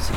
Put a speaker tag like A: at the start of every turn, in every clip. A: C'est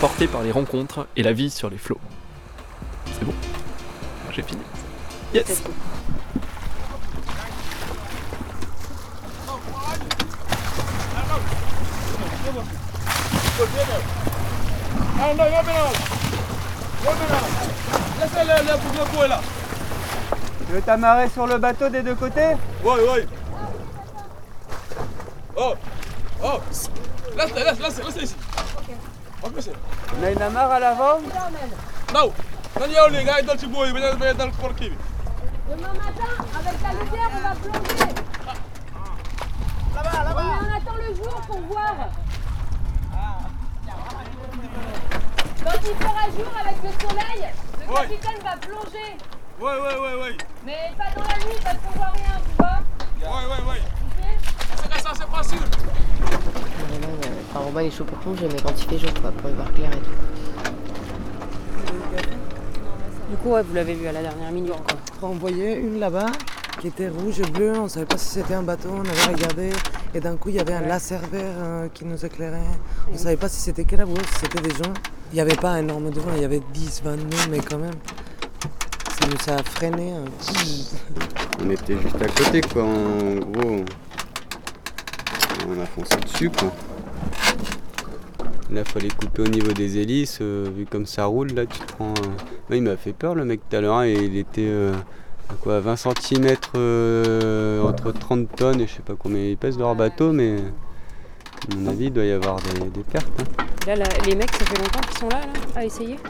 B: portés par les rencontres et la vie sur les flots. C'est bon, j'ai fini. Yes
C: Tu veux t'amarrer sur le bateau des deux côtés
D: Oh.
C: On a une amarre à l'avant
E: Demain matin, avec la lumière, on va plonger. Là-bas, là-bas. On attend le jour pour voir. Quand il fera jour avec le soleil, le capitaine va plonger.
F: Ouais, ouais, ouais, ouais.
E: Mais pas dans la nuit parce qu'on voit rien, tu vois.
F: Ouais, ouais, ouais.
E: Tu sais
F: C'est ça, c'est facile.
G: Mais là, euh, enfin, Robin il est chaud pour plonger, mais quand il fait jour, quoi, pour y voir clair et tout.
H: Du coup, ouais, vous l'avez vu à la dernière minute encore.
I: On voyait une là-bas qui était rouge et bleue, on savait pas si c'était un bateau, on avait regardé et d'un coup il y avait un laser vert euh, qui nous éclairait. On savait pas si c'était quelle bourse, si c'était des gens. Il n'y avait pas énorme de vent, il y avait 10, 20 nœuds, mais quand même. Ça nous a hein. freiné.
J: On était juste à côté, quoi. En gros, on a foncé dessus, quoi. Là, fallait couper au niveau des hélices. euh, vu comme ça roule, là, tu te prends. euh, là, il m'a fait peur, le mec, tout à l'heure. hein, Il était euh, à quoi, 20 cm entre 30 tonnes et je sais pas combien il pèse leur bateau, mais à mon avis, il doit y avoir des, des pertes. hein.
H: Là, là, les mecs, ça fait longtemps qu'ils sont là, là, à essayer.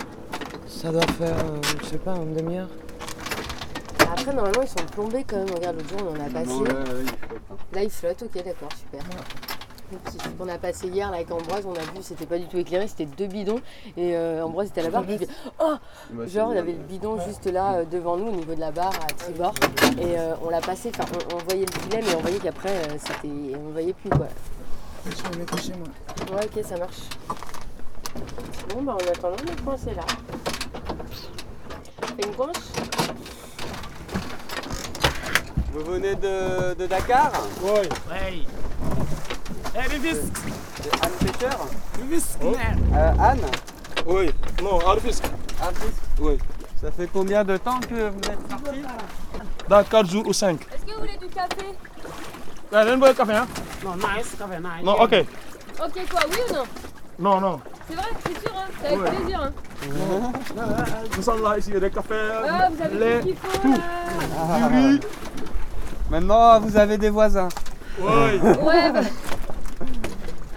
I: Ça doit faire, euh, je sais pas, une demi-heure.
G: Après, normalement, ils sont plombés quand même. Regarde, l'autre jour, on en a passé.
J: Ouais, ouais, il flotte, hein.
G: Là, ils flottent, ok, d'accord, super. Donc, c'est ce qu'on a passé hier là, avec Ambroise, on a vu, c'était pas du tout éclairé, c'était deux bidons. Et euh, Ambroise était à la barre, puis il fait, Oh
J: Bah, c'est
G: Genre, on
J: bien,
G: avait le bidon juste là euh, devant nous, au niveau de la barre, à tribord. Et euh, on l'a passé, enfin, on, on voyait le filet, mais on voyait qu'après, euh, c'était. On voyait plus quoi.
I: Je vais chez moi.
G: Ouais, ok, ça marche. Bon, bah, en attendant, le coin, c'est là. Fais une branche
J: Vous venez de, de Dakar
F: Ouais. Eh,
J: C'est Anne Peter Euh, Anne
F: Oui, non, Arfis.
J: Anne
F: Oui.
J: Ça fait combien de temps que vous êtes parti
F: Dans 4 jours ou 5.
E: Est-ce que vous voulez du café
F: Là, donne-moi le café, hein.
H: Non, nice, quand même, nice.
F: Non, ok.
E: Ok, quoi, oui ou non
F: Non, non.
E: C'est vrai, c'est sûr, hein c'est avec
F: Ouais.
E: plaisir. Hein
F: Nous sommes là ici, des cafés,
E: Ah, vous avez
F: les-
E: tout ce qu'il faut. là.
F: du riz.
C: Maintenant, vous avez des voisins.
F: Ouais.
E: Ouais, bah.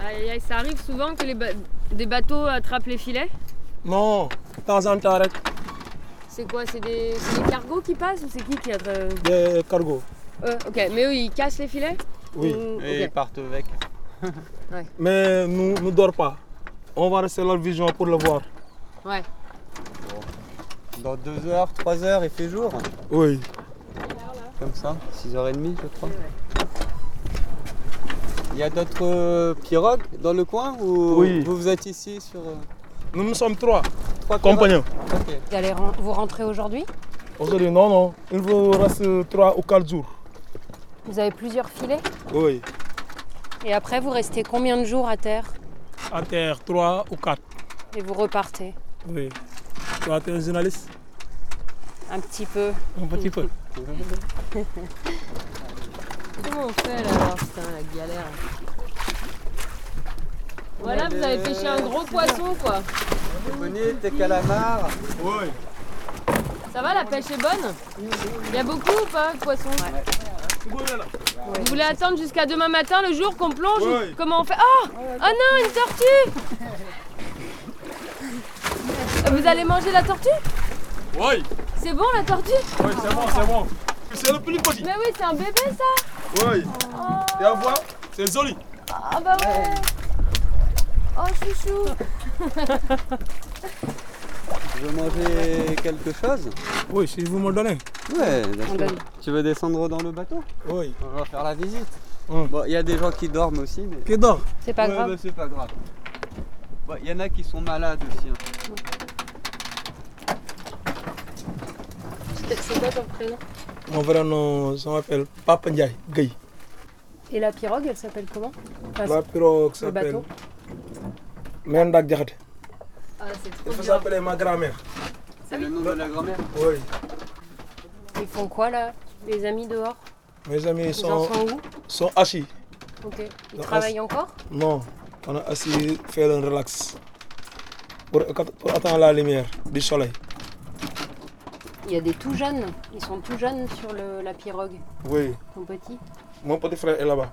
E: Aïe, aïe, aïe, ça arrive souvent que les ba- des bateaux attrapent les filets.
F: Non, de temps en temps, arrête
E: C'est quoi C'est des, c'est des cargos qui passent ou c'est qui qui a. euh,
F: des cargos.
E: euh, ok, mais eux ils cassent les filets
F: Oui.
E: Ou-
J: Et ils
E: ok.
J: partent avec.
F: Mais nous ne dors pas. On va rester leur vision pour le voir.
E: Ouais.
J: Dans 2 heures, 3 heures, il fait jour.
F: Oui.
J: Comme ça, 6h30 je crois. Il y a d'autres euh, pirogues dans le coin ou
F: Oui.
J: vous, vous êtes ici sur euh,
F: Nous, nous sommes trois
J: trois pirogues
F: compagnons.
J: Ok.
H: Vous, allez ren- vous rentrez aujourd'hui
F: Aujourd'hui, non, non. Il vous reste trois ou quatre jours.
H: Vous avez plusieurs filets
F: Oui.
H: Et après, vous restez combien de jours à terre
F: À terre, trois ou quatre.
H: Et vous repartez
F: Oui. Toi, tu es un journaliste
H: Un petit peu.
F: Un petit peu.
G: Comment on fait là alors Putain, la galère.
E: Voilà, vous avez pêché un gros poisson quoi.
J: Tes bonnets, tes calamars.
F: Oui.
E: Ça va, la pêche est bonne Il y a beaucoup ou pas de poissons Vous voulez attendre jusqu'à demain matin, le jour qu'on plonge ou
K: Ouais.
E: Comment on fait Oh Oh non, une tortue Vous allez manger la tortue
K: Ouais,
E: C'est bon la tortue
K: ouais, c'est bon, c'est bon. C'est le plus petit.
E: Mais oui, c'est un bébé ça
K: Ouais. Et à voir, c'est joli.
E: Ah bah ouais Oh chouchou
J: Tu veux manger quelque chose
D: Oui, si vous me le donnez.
J: Ouais, bien
D: On
J: sûr.
D: donne.
J: Tu veux descendre dans le bateau
D: Oui.
J: On va faire la visite. Bon, il y a des gens qui dorment aussi. Mais...
D: Qui dorment
H: C'est pas
J: Ouais,
H: grave.
J: bah, c'est pas grave. Bon, Il y en a qui sont malades aussi. hein.
H: C'est quoi ton prénom
D: Mon vrai nom, ça m'appelle Papa Ndiaye Gueye.
H: Et la pirogue, elle s'appelle comment Enfin,
D: La pirogue
H: Le
D: s'appelle
H: bateau
D: Mendak Diakhaté.
H: Ah, c'est trop
D: Il faut
H: bien.
D: s'appeler ma grand-mère.
J: C'est le nom de la grand-mère
D: Oui.
H: Ils font quoi là Les amis dehors
D: Mes amis
H: Ils en
D: sont,
H: sont où
D: sont assis.
H: Ok. Ils
D: Non,
H: travaillent
D: c'est-
H: encore
D: Non, on est assis, faire un relax. Pour, pour attendre la lumière du soleil.
H: Il y a des tout jeunes. Ils sont tout jeunes sur le- la pirogue.
D: Oui.
H: Ton petit.
D: Mon petit frère est là-bas.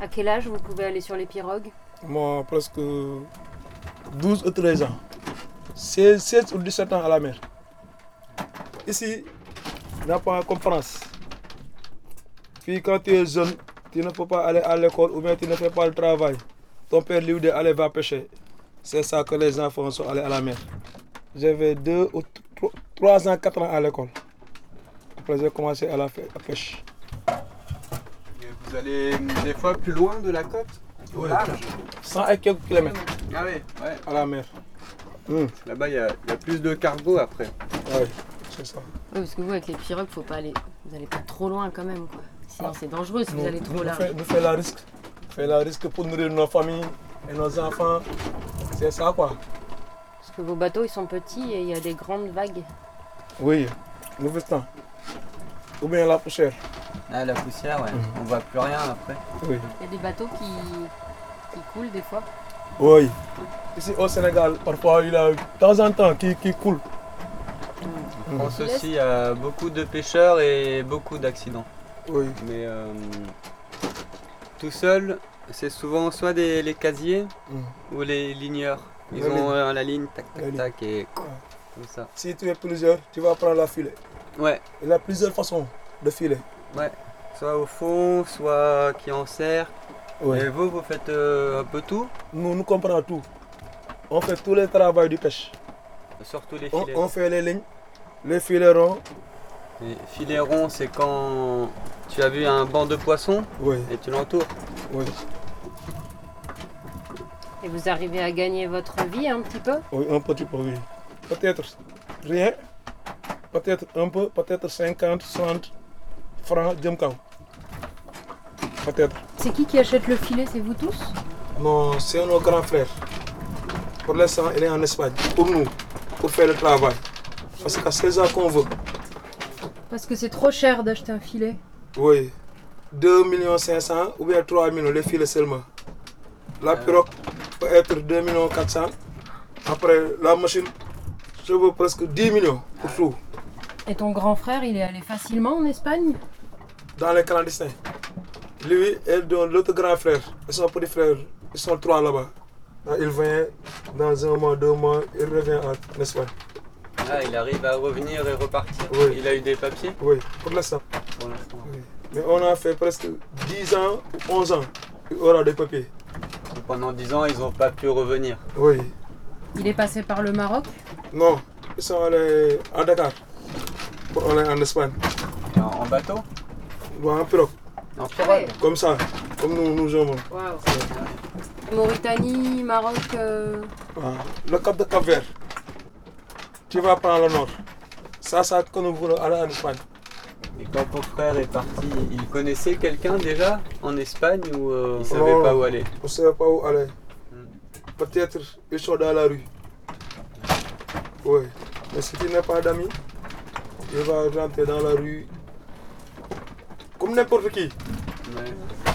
H: À quel âge vous pouvez aller sur les pirogues
D: Moi, presque 12 ou 13 ans. 16, 16 ou 17 ans à la mer. Ici, il n'y a pas de concurrence. Puis quand tu es jeune, tu ne peux pas aller à l'école ou bien tu ne fais pas le travail. Ton père lui dit allez va pêcher. C'est ça que les enfants sont allés à la mer. J'avais 2 ou 3 ans, 4 ans à l'école. Après, j'ai commencé à la fê- à pêche.
J: Et Vous allez mm, des fois plus loin de la côte au
D: Ouais.
J: large
D: 100 et quelques kilomètres
J: Ah oui, ouais.
D: à la mer.
J: Là-bas, il y, a il y a plus de cargo après.
D: Ouais, c'est ça.
G: Ouais, parce que vous, avec les pirogues, faut pas aller. Vous allez pas trop loin quand même, quoi. Sinon, c'est dangereux si Ah. vous
D: Nous-
G: allez trop
D: nous
G: large.
D: fait- nous fait la risque. On fait la risque pour nourrir nos familles et nos enfants. C'est ça quoi.
H: Parce que vos bateaux, ils sont petits et il y a des grandes vagues.
D: Oui, nous temps. Ou bien la poussière. Mhm.
J: Ah, la poussière, ouais. On voit plus rien après.
D: Oui.
H: Il y a des bateaux qui, qui coulent des fois.
D: Oui. Ici au Sénégal, parfois il y a de temps en temps qui, qui coule.
J: En France aussi, il y a beaucoup de pêcheurs et beaucoup d'accidents.
D: Oui.
J: Mais euh, tout seul, c'est souvent soit des, les casiers
D: Mm.
J: ou les ligneurs. Ils
D: La
J: ont
D: ligne.
J: euh, la ligne, tac,
D: La
J: tac,
D: ligne.
J: tac, et comme ça.
D: Si tu es plusieurs, tu vas prendre la filet.
J: Ouais.
D: Il y a plusieurs façons de filer.
J: Ouais. Soit au fond, soit qui en serre.
D: Ouais.
J: Et vous, vous faites euh, un peu tout,
D: Nous, nous comprenons tout. On fait tous les travaux du pêche.
J: surtout les
D: On,
J: filets.
D: on fait les lignes, les filets ronds.
J: Les filets ronds, c'est quand tu as vu un banc de poissons et tu l'entoures.
D: Oui.
H: Et vous arrivez à gagner votre vie un petit peu
D: Oui, un petit peu, oui. Peut-être rien, peut-être un peu, peut-être 50, 60 francs, j'aime quand. Peut-être.
L: C'est qui qui achète le filet C'est vous tous
D: Non, c'est nos grands frères. Pour l'instant, il est en Espagne, pour nous, pour faire le travail. Parce qu'à 16 ans qu'on veut,
L: Parce que c'est trop cher d'acheter un filet.
D: oui, 2 500 000 ou bien 3 millions, les filets seulement. La pirogue peut être 2 400 000. Après, la machine, je veux presque 10 millions pour tout,
H: Et ton grand frère, il est allé facilement en Espagne
D: dans les clandestins. Lui et donc l'autre grand frère, ils sont petits frères, ils sont trois là-bas. Là, Il vient dans un mois, deux mois, il revient en Espagne.
J: Ah, il arrive à revenir et repartir.
D: Oui.
J: Il a eu des papiers
D: Oui, pour l'instant.
J: pour l'instant.
D: Mais on a fait presque 10 ans ou 11 ans. Il aura des papiers.
J: Et Pendant 10 ans, ils n'ont pas pu revenir.
D: Oui.
H: Il est passé par le Maroc
D: Non, ils sont allés à Dakar pour aller en Espagne.
J: En, en bateau
D: Ou en pirogue.
J: En
H: Ah ouais.
D: Comme ça, comme nous, nous sommes.
H: Waouh Mauritanie, Maroc. euh,
D: Ah, Le cap de Cap Vert. Tu vas prendre le nord. Ça, ça que nous voulons aller en Espagne.
J: Et quand ton frère est parti, il connaissait quelqu'un déjà en Espagne ou euh, il savait
D: Non,
J: pas où aller
D: On ne savait pas où aller. Peut-être ils sont dans la rue. Oui. Mais si tu n'as pas d'amis, il va rentrer dans la rue. Comme n'importe qui.
J: Ouais.